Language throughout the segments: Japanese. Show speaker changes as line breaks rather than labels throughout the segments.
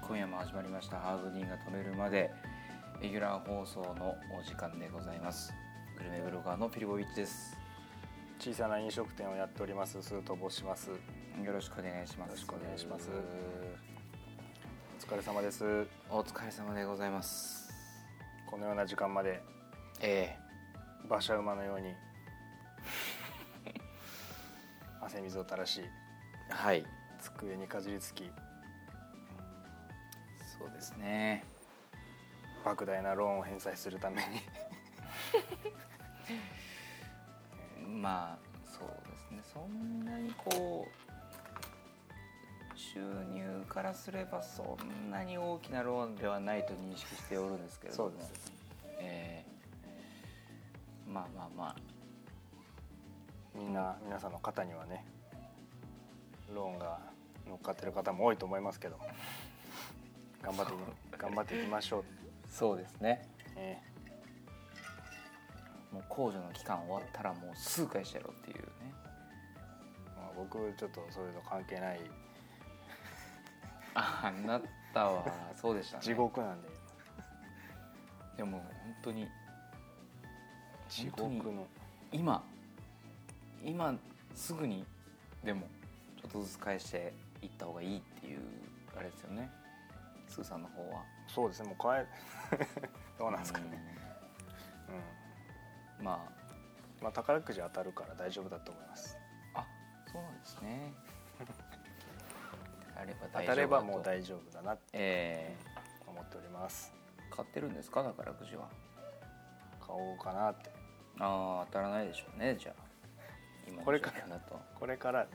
今夜も始まりました「ハードディンが止めるまで」レギュラー放送のお時間でございますグルメブロガーのピリボビッチです
小さな飲食店をやっておりますスーと申しますよ
よろしくお願いします
ろしくお願いしますお疲れ様です
お疲れ様でございます
このような時間まで
え
馬車馬のように 汗水を垂らし
えはい
机にかじりつき
そうですね
莫大なローンを返済するために
まあそうですねそんなにこう収入からすればそんなに大きなローンではないと認識しておるんですけれども
そうです
えーまあまあまあ
みんな皆さんの肩にはねローンが乗っかってる方も多いと思いますけど頑張ってい頑張っていきましょう、
そうですね
え
もう控除の期間終わったらもうすぐ返してやろうっていうね
えまあ、僕ちょっとそういうの関係ない
ああなったはそうで したね
地獄なんで
でも本当に
地獄
本当に
の
今今すぐにでもちょっとずつ返していった方がいいっていうあれですよねスーさんの方は
そうですねもう変え どうなんですかね、うん
うんま
まあ、宝くじ当たるから大丈夫だと思います
ああそうなんですね あれば
当
大丈夫だと
たればもう大丈夫だなと
え
思っております
ー買ってるんですか宝くじは
買おうかなって
ああ当たらないでしょうねじゃあ今の
これから
状況だと
これから
はい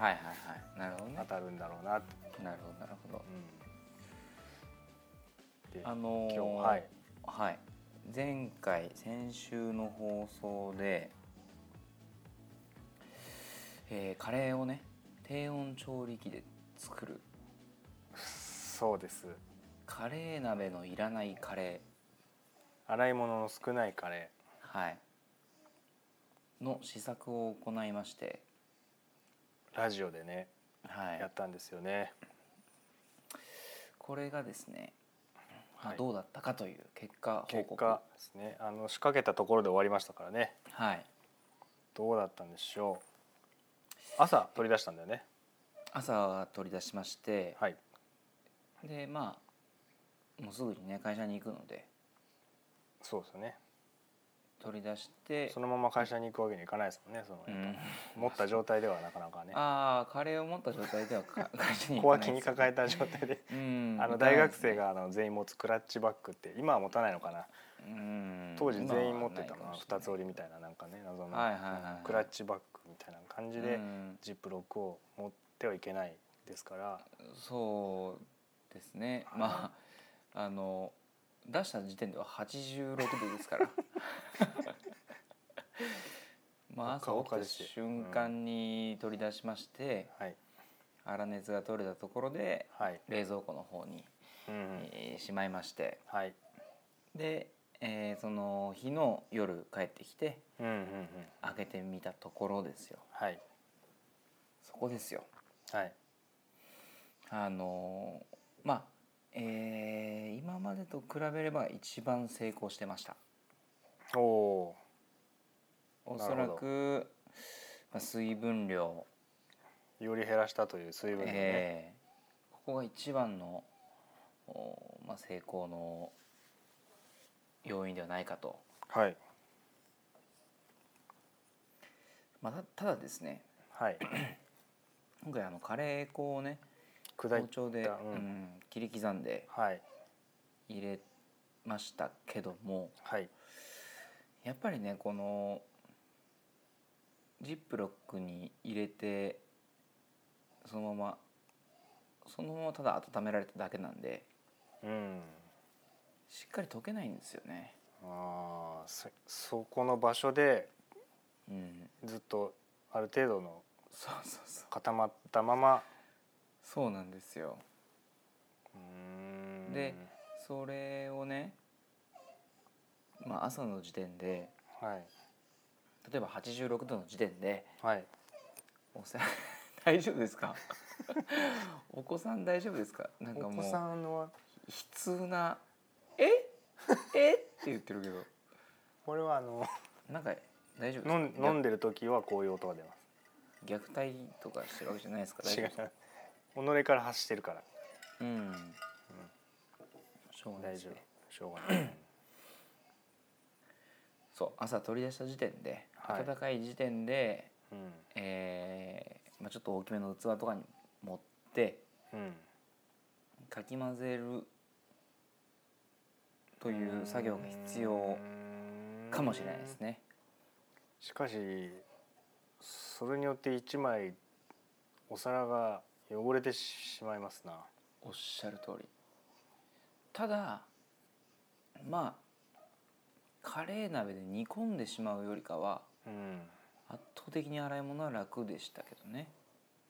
はいはいなるほどね
当たるんだろうなって、
なるほどなるほど
うん、で
あのー
今日はい
はい、前回先週の放送で、えーカレーをね低温調理器で作る
そうです
カレー鍋のいらないカレ
洗い物の少ないカレ
ー、はい、の試作を行いまして、
ーラジオでね
は
や
い
っ、たんですよね
これがですね、まあ
はい
どうだったかという結果報
結
告
果ですねあの仕掛けたところで終わりましたからね
はい、
どうだったんでしょう朝取り出したんだよね
朝取り出しまして、
はい
でまあもうすぐにね会社に行くので
そうですよね
取り出して
そのまま会社に行くわけにいかないですもんねその、
うん
持った状態ではなかなかね
ああカレーを持った状態では か会社に
ここは気に
え
抱えた状態で
うん
あの大学生があの全員持つクラッチバッグって今は持たないのかな
うん
当時全員持ってた
今は
の
ないかもしれない
二つ折りみたいななんかね謎の
はいはいはいはい
クラッチバッグみたいな感じ
う
で
ん
ジップロックを持ってはいけないですから
そうですね
はい
まああの出した時点では86度ですから まあ朝
ほ
起き
かほか
た
ですよ
瞬間に取り出しまして
はい
粗熱が取れたところで
はい
冷蔵庫の方に、
うんうん
えーしまいまして
はい
で、えーその日の夜帰ってきて
うんうんうん
開けてみたところですよ
はい
そこですよ
はい
あのーまあえー今までと比べれば一番成功してました
おお
お
なる
そ
ほど
らく、まあ、水分量、
ーより減らしたという水分でね、
えーここが一番の、おまあ、成功の要因ではないかと、
はい
まあ、たただですね
はい
今回あのカレー粉をね
砕
包
い
丁で、
うん
うん切り刻んで
はい
入れましたけども、
はい
やっぱりねこのジップロックに入れてそのままそのままただ温められただけなんで
うん
しっかり溶けないんですよね。
あーそそこの場所で
うん、
ずっとある程度の
そうそうそう
固まったまま
そうなんですよ。
うーん
でそれをね、まあ、朝の時点で
はい
例えば86度の時点で
はい
お皿 大丈夫です かお子さん大丈夫ですかなんか
お
も
子
う
さんの
悲痛な「ええって言ってるけど
これはあの
なんか大丈夫
飲ん飲ん
で
でる時はこういう音が出ます
か虐待とかしてるわけじゃないですか
す。違
丈夫
う
ですか。
己から発してるから
うんしょうがない
大
です
丈
ね
夫。しょうがない。
そう朝取り出した時点で
はい
暖かい時点で、
うん
えーまあ、ちょっと大きめの器とかに持って
うん。
かき混ぜるという作業が必要かもしれないです。ね。
しかしそれによって一枚お皿が汚れてしまいますな。
おっしゃる通りただまあカレー鍋で煮込んでしまうよりかは
うん。
圧倒的に洗い物は楽でしたけどね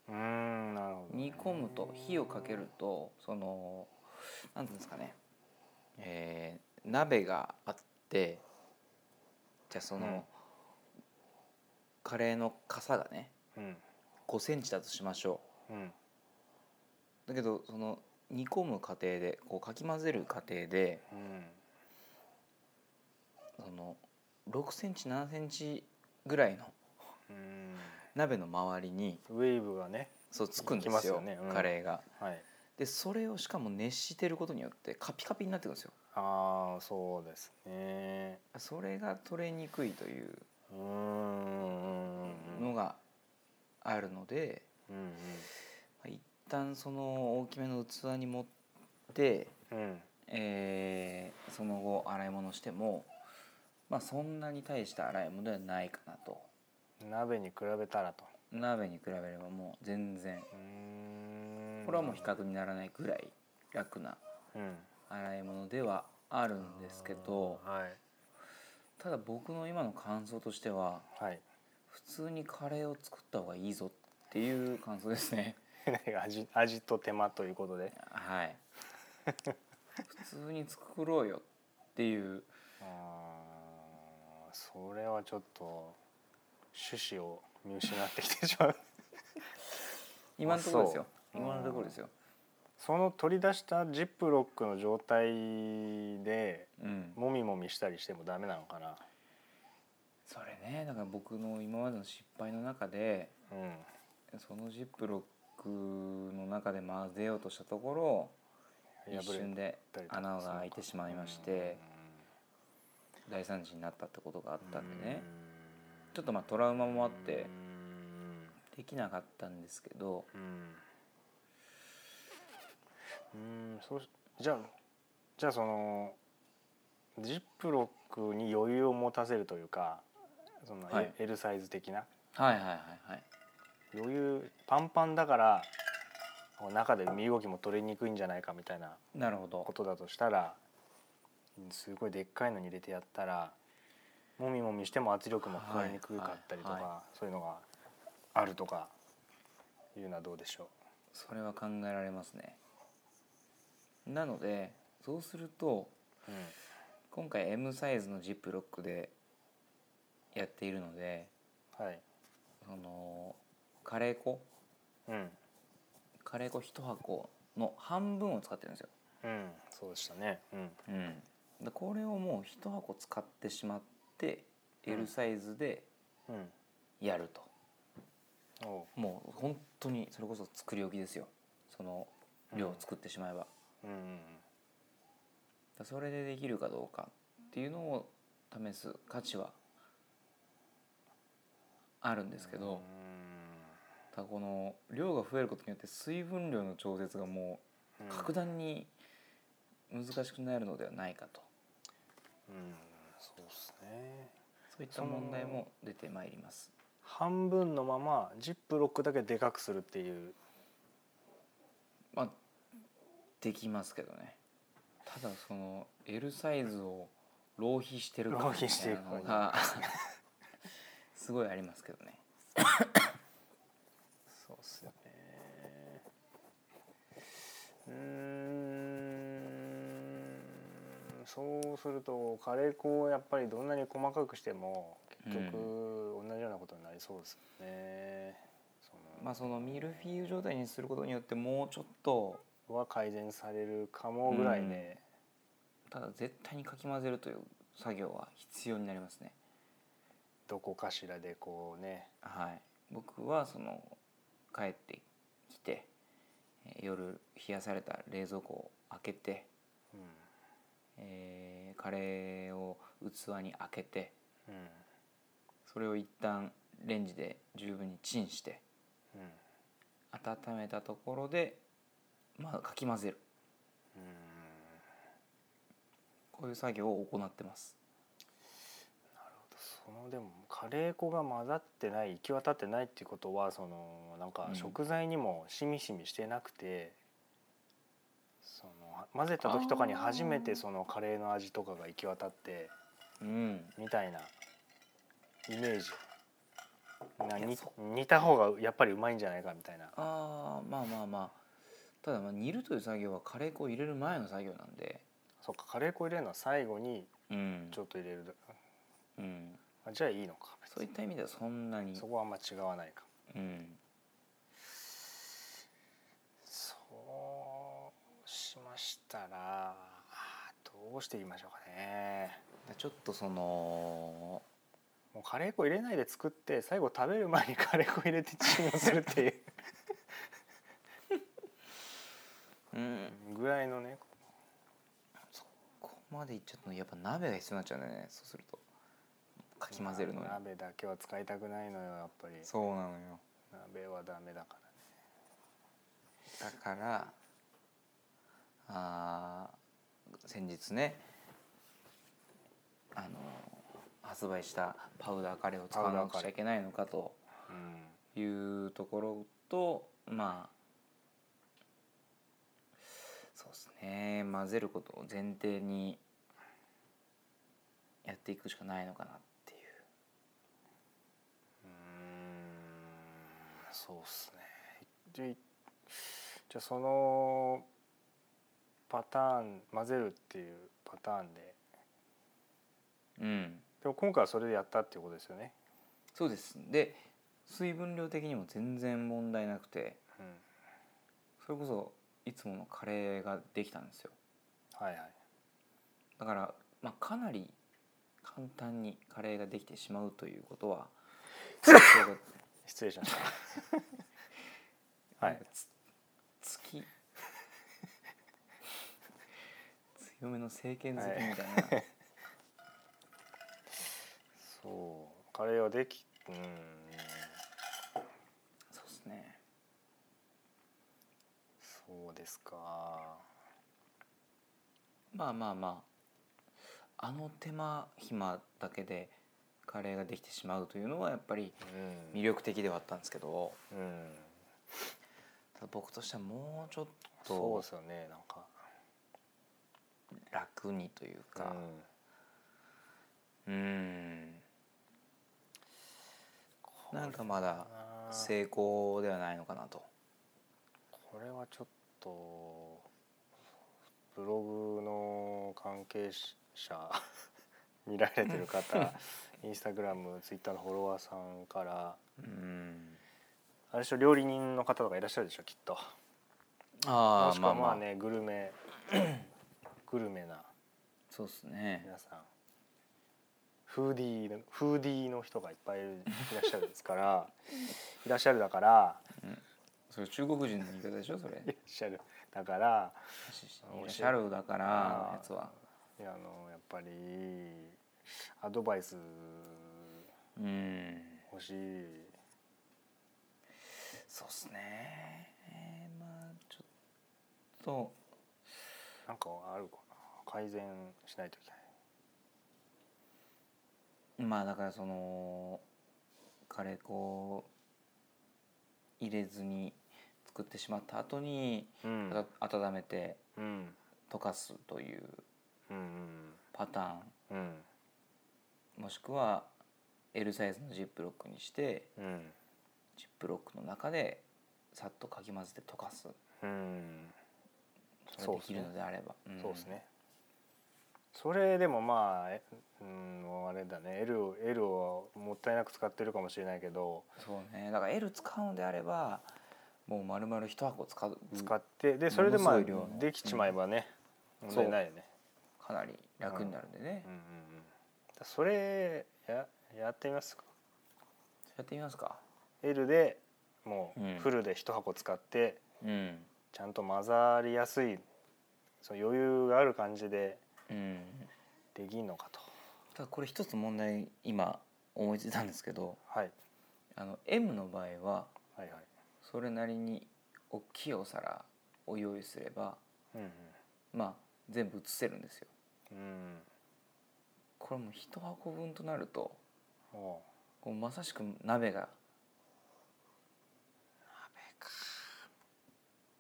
うーんなるほどね、
煮込むと火をかけるとそのなんていうんですかね、えー鍋があってじゃあその、
うん
カレーの傘がね
うん
5センチだとしましょう
うん
だけどその煮込む過程でこうかき混ぜる過程で
うん
その6センチ7センチぐらいの
うん。
鍋の周りに
ウェーブがね
そうつくんで
きますす
よ
よねうん
カレーが。
はい。
でそれをしかも熱してることによってカピカピになってくるんですよ。
ああそうですね。
それが取れにくいという
うーんうんうん
のがあるので、
うん
まあ一旦その大きめの器に盛って、
うんうん
えーその後洗い物しても、まあ、そんなに大した洗い物ではないかなと
鍋に比べたらと。
鍋に比べればもう全然
うーん
これはもう比較にならないぐらい楽な
うん
洗い物ではあるんですけど
はい
ただ僕の今の感想としては
はい
普通にカレーを作った方がいいぞっていう感想ですね。
味味と手間ということで
はい普通に作ろうよっていう
あーそれはちょっと趣旨を見失ってきてしまう
今のところですよ
そう
今のところですよ、
その取り出したジップロックの状態で
うん、
もみもみしたりしてもダメなのかな
それねだから僕の今までの失敗の中で
うん
そのジップロックの中で混ぜようとしたところ一瞬
破
で
たりとか
穴が開いてしまいまして大惨事になったってことがあっ
うん
たんでね
うん
ちょっとまあトラウマもあって
うん
できなかったんですけど
うん、うん、そうしじゃあじゃあそのジップロックに余裕を持たせるというかその
はい
L L サイズ的な、
はいはいはいはい
余裕パンパンだからこう中で身動きも取りにくいんじゃないかみたいな
なるほど
ことだとしたらすごいでっかいのに入れてやったらもみもみしても圧力も加えにくかったりとか、
はいはいは
そういうのがあるとかいうのはどうでしょ
それは考えられますねなのでそうすると
う、うん
今回 M サイズのジップロックでやっているので
はい。
そのカレー粉
うん。
カレー粉1箱の半分を使ってるんですよ、
うん。そうでしたね。うん。
でこれをもう1箱使ってしまって
うん
L サイズで
うん。
やると、
おう。
もう本当にそれこそ作り置きですよその量を作ってしまえば、
うんうん
だそれでできるかどうかっていうのを試す価値はあるんですけ
うん。
ど、ただこの量が増えることによって水分量の調節がも
う。
うん格段に難しくなるのではないかと、
うん。そうですね。
そういった問題も出てまいります。
半分のままジップロックだけでかくするっていう。
まあできますけどねただその L サイズを浪費してる
浪費して
み
る
たいなのが すごいありますけどね。
そうですよね。うーん。そうするとカレー粉をやっぱりどんなに細かくしても結局同じようなことになりそうですよね。
まあ、そのミルフィーユ状態にすることによってもうちょっと
は改善されるかもぐらいで、
ただ絶対にかき混ぜるという作業は必要になりますね。
どこかしらでこうね
はい、僕はその帰ってきてえー夜冷やされた冷蔵庫を開けて、
うん
えーカレーを器に開けて
うん
それを一旦レンジで十分にチンして
うん
温めたところで、まあ、かき混ぜる
うん
こういう作業を行ってます。
そのでもカレー粉が混ざってない行き渡ってないっていうことはそのなんか
うん
食材にもしみしみしてなくて、その混ぜた時とかに初め
あ
て
ー
そのカレーの味とかが行き渡って
うん、
みたいなイメージない
や
に
そ
煮た方がやっぱりうまいんじゃないかみたいな
あーまあまあまあただまあ煮るという作業はカレー粉を入れる前の作業なんで、
そっかカレー粉入れるのは最後に
うん
ちょっと入れる
うん、
あじゃあいいのか
そういった意味ではそんなに
そこはあんま違わないか
うん
そうしましたらどうしていきましょうかね
ちょっとその
もうカレー粉入れないで作って最後食べる前にカレー粉入れてチンをするって
う
いう
ん
ぐらいのね
ここまでいっちゃったのやっぱ鍋が必要になっちゃうんだよねそうするとかき混ぜるのに
鍋だけは使いたくないのよやっぱり
そうなのよ
鍋はダメだから
だからあー先日ねあの発売したパウダーカレーを使わなくちゃいけないのかと
うん
いうところとまあそうですね混ぜることを前提にやっていくしかないのかなっていう
うーんそうっすねでじゃあそのパターン混ぜるっていうパターンで
うん
でも今回はそれでやったっていうことですよね、
そうですで水分量的にも全然問題なくて
うん、
それこそいつものカレーができたんですよ
はいはい
だから、まあ、かなり簡単にカレーができてしまうということは
失礼しました
は
はい
い、つつき強めの政権好きみたいな、
そうカレーはできうん
そうですね
そうですか
まあまあまああの手間暇だけでカレーができてしまうというのはやっぱり
うん、
魅力的ではあったんですけど
うん、
ただ僕としてはもうちょっ
そう
と
ですよねなんか
楽にというか
うん
うんなんかまだ
あー
成功ではないのかなと
これはちょっとブログの関係者 見られてる方インスタグラムツイッターのフォロワーさんから
うん
あれでしょ料理人の方とかいらっしゃるでしょきっと
あ
も
あ
しく
ま
は
あ
ま
ま
あ
あ
ねグルメグルメな
そうですね
皆さんフーディーのフーディーの人がいっぱいいるいらっしゃるですから いらっしゃるだから
それ中国人の言い方でしょそれ
いらっしゃるだから
いらっしゃるだから
あー
やつはい
やあのやっぱりアドバイス
うん
欲しい
そうっすねえーまあちょっと
なんかあるかな改善しないといけない
まあだからそのカレー粉を入れずに作ってしまった後に、
うん
あた温めて
うん
溶かすという
うん
パター
うんうん
ンもしくは L サイズのジップロックにして
うん
ジップロックの中でさっとかき混ぜて溶かす
うん
それ
そう
で
っす
き
ね
るのであれば
そうですねそれでもまあえうんもうあれだね L を L をもったいなく使ってるかもしれないけど
そうねだから L 使うのであればもう丸々一箱使う
使ってでそれでま
も
あ
のすごい量の
できちまえばね
ん
問題ないよね
かなり楽になるんでね、
うんうんうんだそれややってみますか
やってみますか
L でも
うん
うフルで一箱使って
うん
ちゃんと混ざりやすいその余裕がある感じで
うん
できんのかと
ただこれ一つ問題今思いついたんですけど
はい
あの M の場合は
はいはい
それなりに大きいお皿を用意すれば
うん
まあ全部写せるんですよ
うんうん
これもう一箱分となると
おう
こうまさしく鍋が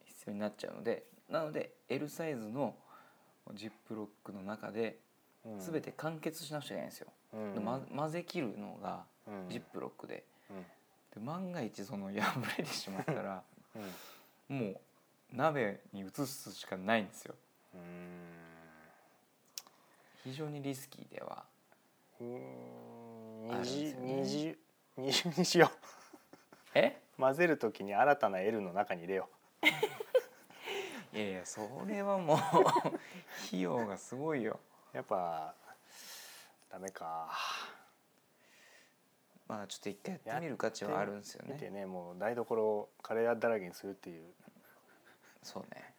必要になっちゃうのでなので L サイズのジップロックの中で
うん
全て完結しなくちゃいけないんですよ、
うん
でま混ぜ切るのが
うん
ジップロックで
うん
で万が一その破れてしまった ら
うん
もう鍋に移すしかないんですよ
うー
非常にリスキーでは
んう
あるんで
ーん二
す
重
よね
二重二重にしよ
え
う混ぜるときに新たな L の中に入れよ
いやいやそれはもう 費用がすごいよ
うやっぱダメか
まあちょっと一回やってみる価値はあるんですよ
見て
ね
ねもう台所をカレーだらけにするっていう、うん、っ
そうね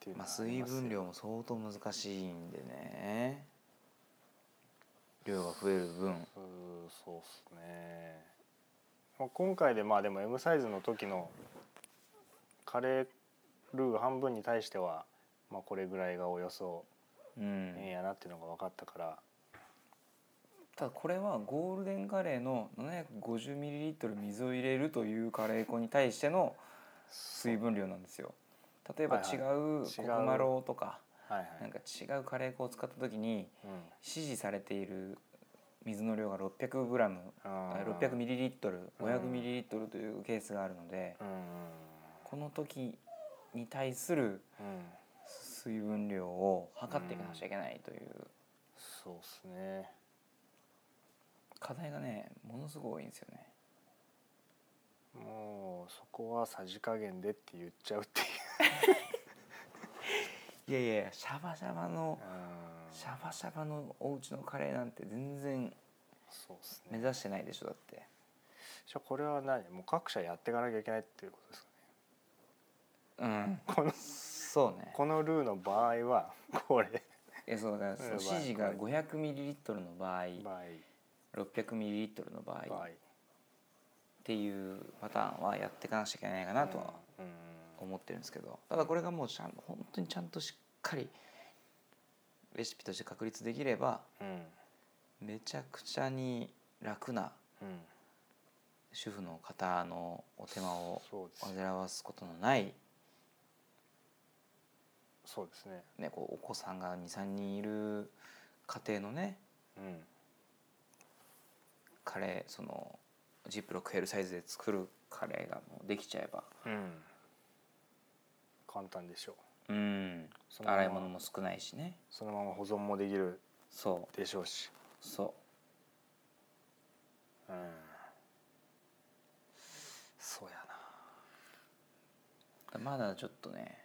ていう
ま
の
あ
はあり
水
ますよ
分量も相当難しいんでね量が増える分
うんそうっすね、まあ、今回でまあでも M サイズの時のカレールー半分に対しては、まあ、これぐらいがおよそ
うん
ええやなっていうのが分かったから、
ただこれはゴールデンカレーの 750ml 水を入れるというカレー粉に対しての水分量なんですよ例えば
はいはい
違うコ
違
コ
う
マロとか
はいは
なん
い
か違うカレー粉を使った時に
うん
指示されている水の量が 600g
あー
600ml500ml というケースがあるので
うん
この時に対する
うん
水分量を測っていかなくちゃいけないという
そうっすね
課題がねものすごい多いんですよね。
もうそこはさじ加減でって言っちゃうっていう
いやいやシャバシャバの
うん
シャバシャバのお家のカレーなんて全然
そうっす
目
ね
指してないでしょだって
じゃあこれは何もう各社やっていかなきゃいけないっていうことです
う
かね
ん
この
そうね
このルーの場合はこれ
えそうだから
これ
そう指示
や
が
ばい
500ml の場合
場合
600ml の場合
場合
っていうパターンはやっていかなくちゃいけないかなとは
うん
思ってるんですけどただこれがもうちゃん本当にちゃんとしっかりレシピとして確立できれば
うん
めちゃくちゃに楽な
うん
主婦の方のお手間を
そうですね
煩わすことのない
そうですね
ね、こうお子さんが23人いる家庭のね
うん
カレーそのジップロック L サイズで作るカレーがもうできちゃえば
うん簡単でしょう
うん
そのまま
洗い物も少ないしね
そのまま保存もできる
そ
でしょうし
うそ
うんそうやな
うまだちょっとね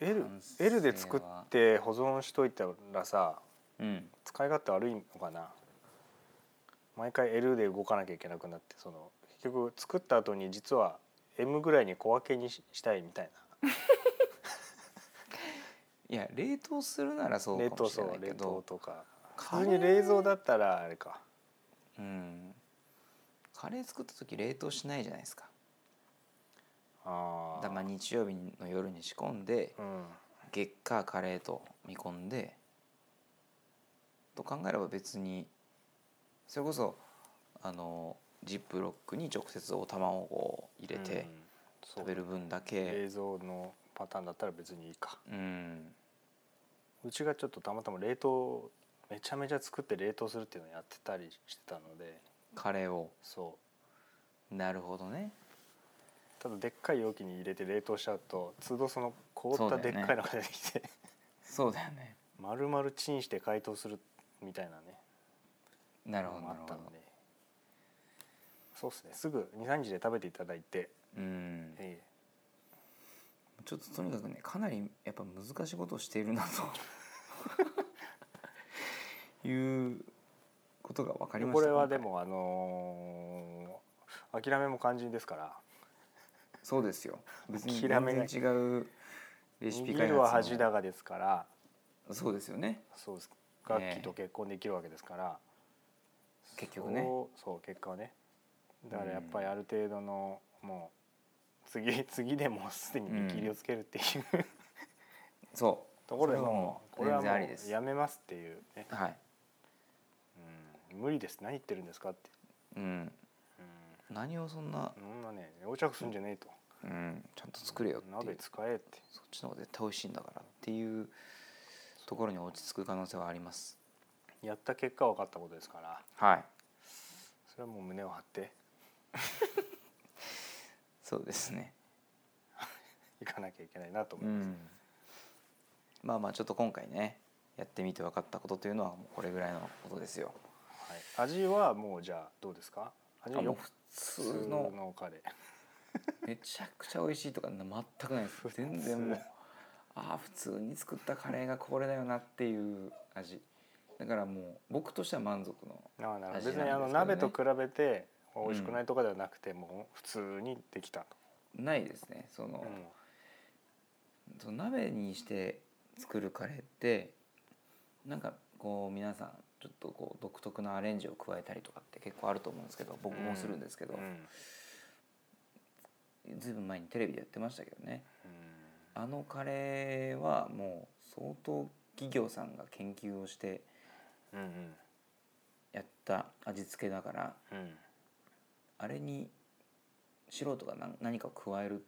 L,
完成は
L で作って保存しといたらさ
うん
使い勝手悪いのかな毎回 L で動かなきゃいけなくなってその結局作った後に実は M ぐらいに小分けにししたいみたい
いや冷凍するならそ
な
うか
冷
も
凍
しれ
そう
ないけ
冷凍
ど
とか
カ
普
レー
通に冷蔵だったらあれか
うんカレー作った時冷凍しないじゃないですか
あ
だか
あ
らまあ日曜日の夜に仕込んで
うん
月火カレーと見込んでと考えれば別にそれこそあのジップロックに直接お玉をこう入れ
う
て
んそう
食べる分だけ
冷蔵のパターンだったら別にいいか
うん
うちがちょっとたまたま冷凍めちゃめちゃ作って冷凍するっていうのをやってたりしてたので
カレーを
そう
なるほどね
ただでっかい容器に入れて冷凍しちゃうと都度その凍
そ
っ
う
た
だよ
で
ね
っかいのが出てきて、
そうだよね
丸々チンして回答するみたいなね
なるほど
のもあ
なる
っ
ほ
た
ど
のでそうですねすぐ23時で食べていただいて、
うん
え
ちょっととにかくねかなりやっぱ難しいことをしているな ということが分か
え
りました
これはでもあのー諦めも肝心ですから
そうですよ別に
諦めな
全
い
然違うレシピ開
握
発
る
の
は恥だがですから
そうですよね
そうです楽器と結婚できるわけですから、
結局ね
そうそう結果はねだからやっぱりある程度のもう次 次でもうすでに見切りをつけるっていう、
そう
ところで
それはも
もう
う
これは
全
も
然ありです
うやめますっていうね、
はい
うん、無理です何言ってるんですかって、
うん
うん、
何をそんな、
そんなね横着すんじゃねえと
うん、ちゃんと作れよってい
鍋
う
使えって
そっちの方が絶対美味しいんだからっていうところに落ち着く可能性はあります
やった結果分かったことですから
はい
それはもう胸を張って
そうですね
いかなきゃいけないなと思
う
います、
んまあまあちょっと今回ねやってみて分かったことというのはもうこれぐらいのことですよ
はい、味はもうじゃあどうですか味
あもう
よ
普
普
通
通
の
のカレー
めちゃくちゃ美味しいとかな全くないです全然もうああ普通に作ったカレーがこれだよなっていう味だからもう僕としては満足の
ああなるほ
味
ど別に
なん
あの
ですけどね
鍋と比べて美味しくないとかではなくて、もう普通にできたと、
ないですねその,、その鍋にして作るカレーってなんかこう皆さんちょっとこう独特なアレンジを加えたりとかって結構あると思うんですけど僕もするんですけど、
うんうん
ずいぶん前にテレビでやってましたけどねあのカレーはもう相当企業さんが研究をして
うんうん
やった味付けだから
うん
あれに素人が何何かを加える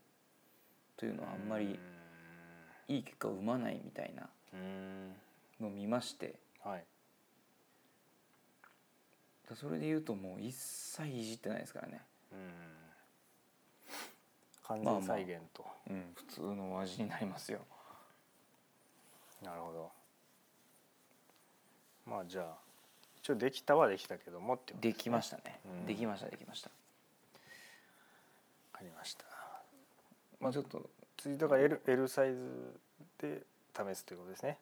というのはあんまりいい結果を生まないみたいな
うんうん
のを見まして
はい
だそれで言うともう一切いじってないですからね、
うん完全再現と、
うん、普通のお味になりますよ
なるほどまあじゃあ一応できたはできたけどもってこと
できま
し
したね、
うん
できましたできました
たかりました
まあちょっと
次だから L, L サイズで試すということですね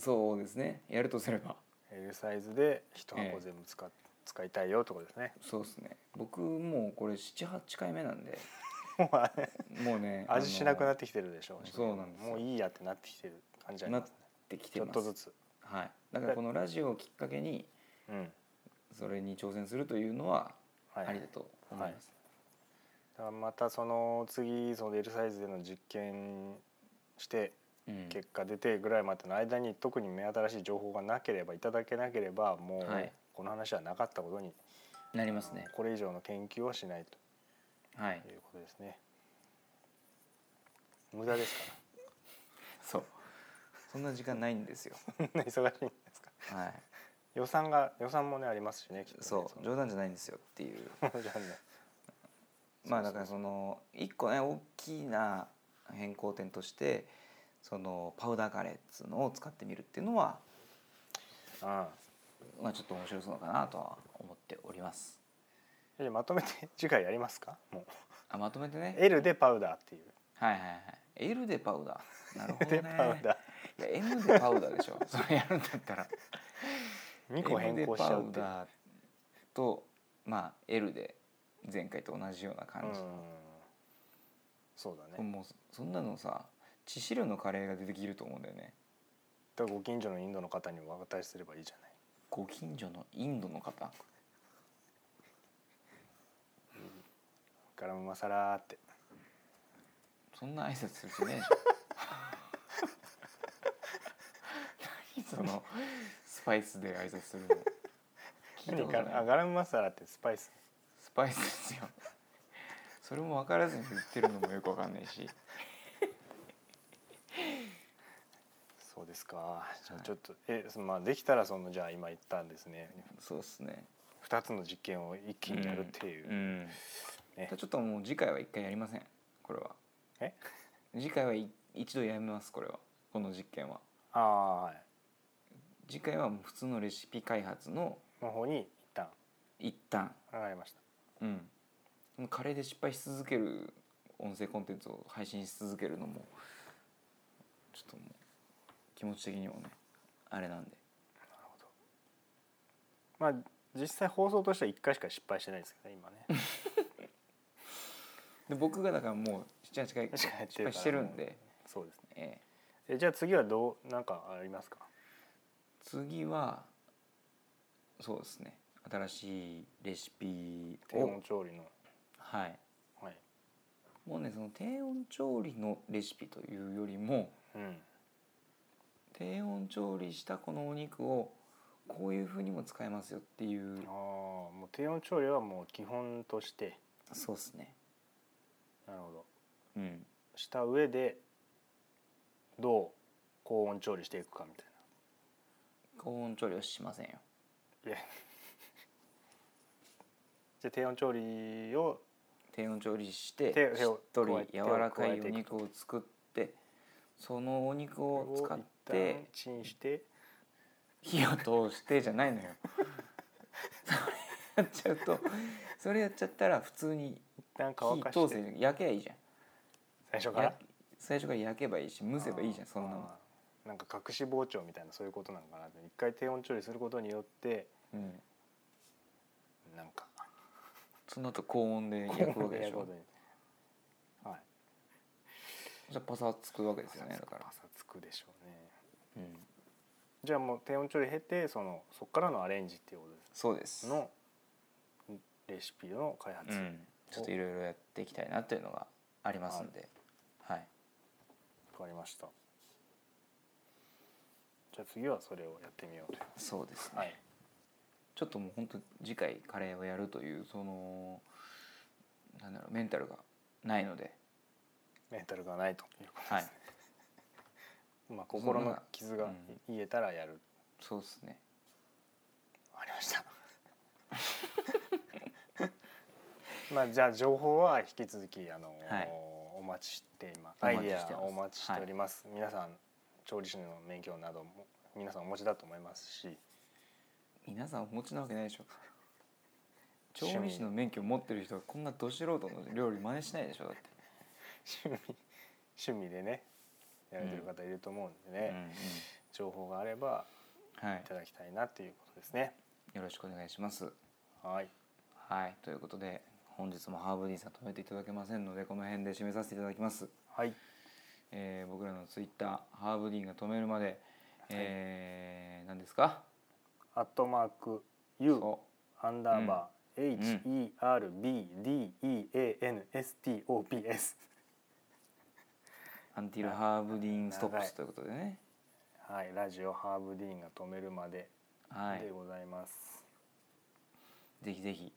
そうですねやるとすれば
L サイズで一
え
箱
え
全部使,、使いたいよってことですね
そうですね僕もうこれ78回目なんで
もうあれ
もうね
味しなくな
っ
ってきてるでしょ
そうなんですよ
もういいやってなってきてる感じあり
な
ま
っ
すね
てきて
ちょっ
ます
とずつ
はい、だからこのラジオをきっかけに
うん
それに挑戦するというのは
はい
ありだと思います、
だからまたその次その L サイズでの実験して
うん
結果出てぐらいまでの間に特に目新しい情報がなければいただけなければもう
はい
この話はなかったことに、
なりますね
これ以上の研究はしない
はい
ということですね無駄ですか
そうそんな時間ないんですよ
ら そんな忙しいんですか
はい
予算が予算もねありますしねきっとね
そう 冗談じゃないんですよっていう
のじゃあね
まあだからその一個ね大きな変更点としてそのパウダーカレーっつうのを使ってみるっていうのは、
うん
まあ、ちょっと面白そうかなとは思っております
じゃあまとめて次回やりますかもう
あまとめてね
L でパウダーっていう、
はいはいはい L でパウダーなるほど
L で
ね
パウダ
いや M でパウダーでし ょそれやるんだったら
ー2個変更しちゃう
M
っ
で
てい
パウ
う
ダーとまあ L で前回と同じような感
うん
じ、
そうだ
これ
ね
もうそんなのさ致死量のカレーが出てきると思うんだよね
だからご近所のインドの方にお渡しすればいいじゃない
ご近所のインドの方
ガラムマサラーって
そんな挨拶する人いな いでしょ何そのスパイスで挨拶するの聞いた
何
こ
ガ
と
ラあ
ない
ガラムマサラってスパイス
スパイスですよそれも分からずに言ってるのもよく分かんないし
そうですかじゃあ
はい
ちょっと、えそまあ、できたらそのじゃあ今言ったんですね
そうっすね
2つの実験を一気にやるっていう、
ん
ね
ちょっともう次回は一回やりませんこれは
え
次回はい一度やめますこれはこの実験は
ああはい
次回はもう普通のレシピ開発の
の方に一旦
一旦
上がりました
うんカレーで失敗し続ける音声コンテンツを配信し続けるのもちょっともう気持ち的にもねあれなんで
まあ実際放送としては1回しか失敗してないですけどね今ね
で僕がだからもう78回
確かにやっ
失
てるから
敗してるんで、
そうですね
ええ
えじゃあ次はどうなんかありますか
次はそうですね新しいレシピ
低温
を
調理の
はい
はい
もうねその低温調理のレシピというよりも
うん
低温調理したこのお肉をこういうふうにも使えますよっていう
ああもう低温調理はもう基本として
そうですね
なるほど
うん
した上でどう高温調理していくかみたい
高温調理はしませんよ
ないやじゃあ低温調理を
低温調理して
手
し
手
っ
を
と
加え
り
て
柔らかい
加え
お
ていく
肉を作ってそのお肉を使っ
を
て
一旦チンして
火を通してじゃないのよそれやっちゃうとそれやっちゃったら普通に
一旦乾
火
か
通
し
せ
て
る焼けばいいじゃ
最初
ん
から
や最初から焼けばいいし蒸せばいいじゃんそんなもん
あーなんか隠し包丁みたいなそういうことなのかなって一回低温調理することによって
うん、
なんか
その後高温で焼くわけ でしょ
こういうことにはい
じゃパサつくわけですよねだから
パ、サつくでしょうね
うん、
じゃあもう低温調理経てそのそこからのアレンジっていうことで
そうです
すのレシピの開発、
うん、ちょっといろいろやっていきたいなというのがありますんで、はい、
わかりましたじゃあ次はそれをやってみようという
そうですね、
はい
ちょっともう本当次回カレーをやるというそのなんだろうメンタルがないので、
メンタルがないということ
は
で
い
す、、まあ心の傷が癒えたらやる、
そうですね。
ありました まあじゃあ情報は引き続きあのー
はい
お待ちしています
お
アイ
待ち
デ
してます
アをお待ちしております、皆さん調理師の免許なども皆さんお持ちだと思いますし
皆さんお持ちなわけないでしょ。調理師の免許持ってる人がこんなど素人の料理真似しないでしょだって。
趣味趣味でねやられてる方いると思うんでね、情報があれば
うんはい
いただきたいなっていうことですね
い。よろしくお願いします。
はい
はい、ということで本日もハーブディーさん止めていただけませんのでこの辺で締めさせていただきます。
はい
えー僕らのツイッターハーブディーンが止めるまで、えー何ですか？
アットマーク U
そ
アンダーバー、
う
HERBDEANSTOPS
うアンティルハーブディーンストップ
長い
スということでね。
はい、ラジオハーブディーンが止めるまで
はい。
でございます。
ぜひぜひ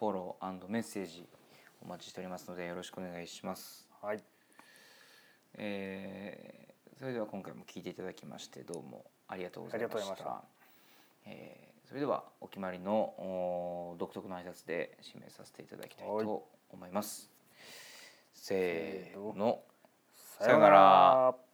フォローメッセージお待ちしておりますのでよろしくお願いします。
はい、
えーそれでは今回も聞いていただきましてどうもありがとうございま
あり
し
が
た。
とうございま
えーそれではお決まりのおー独特の挨拶で締めさせていただきたいと思います。せーの。さようなら。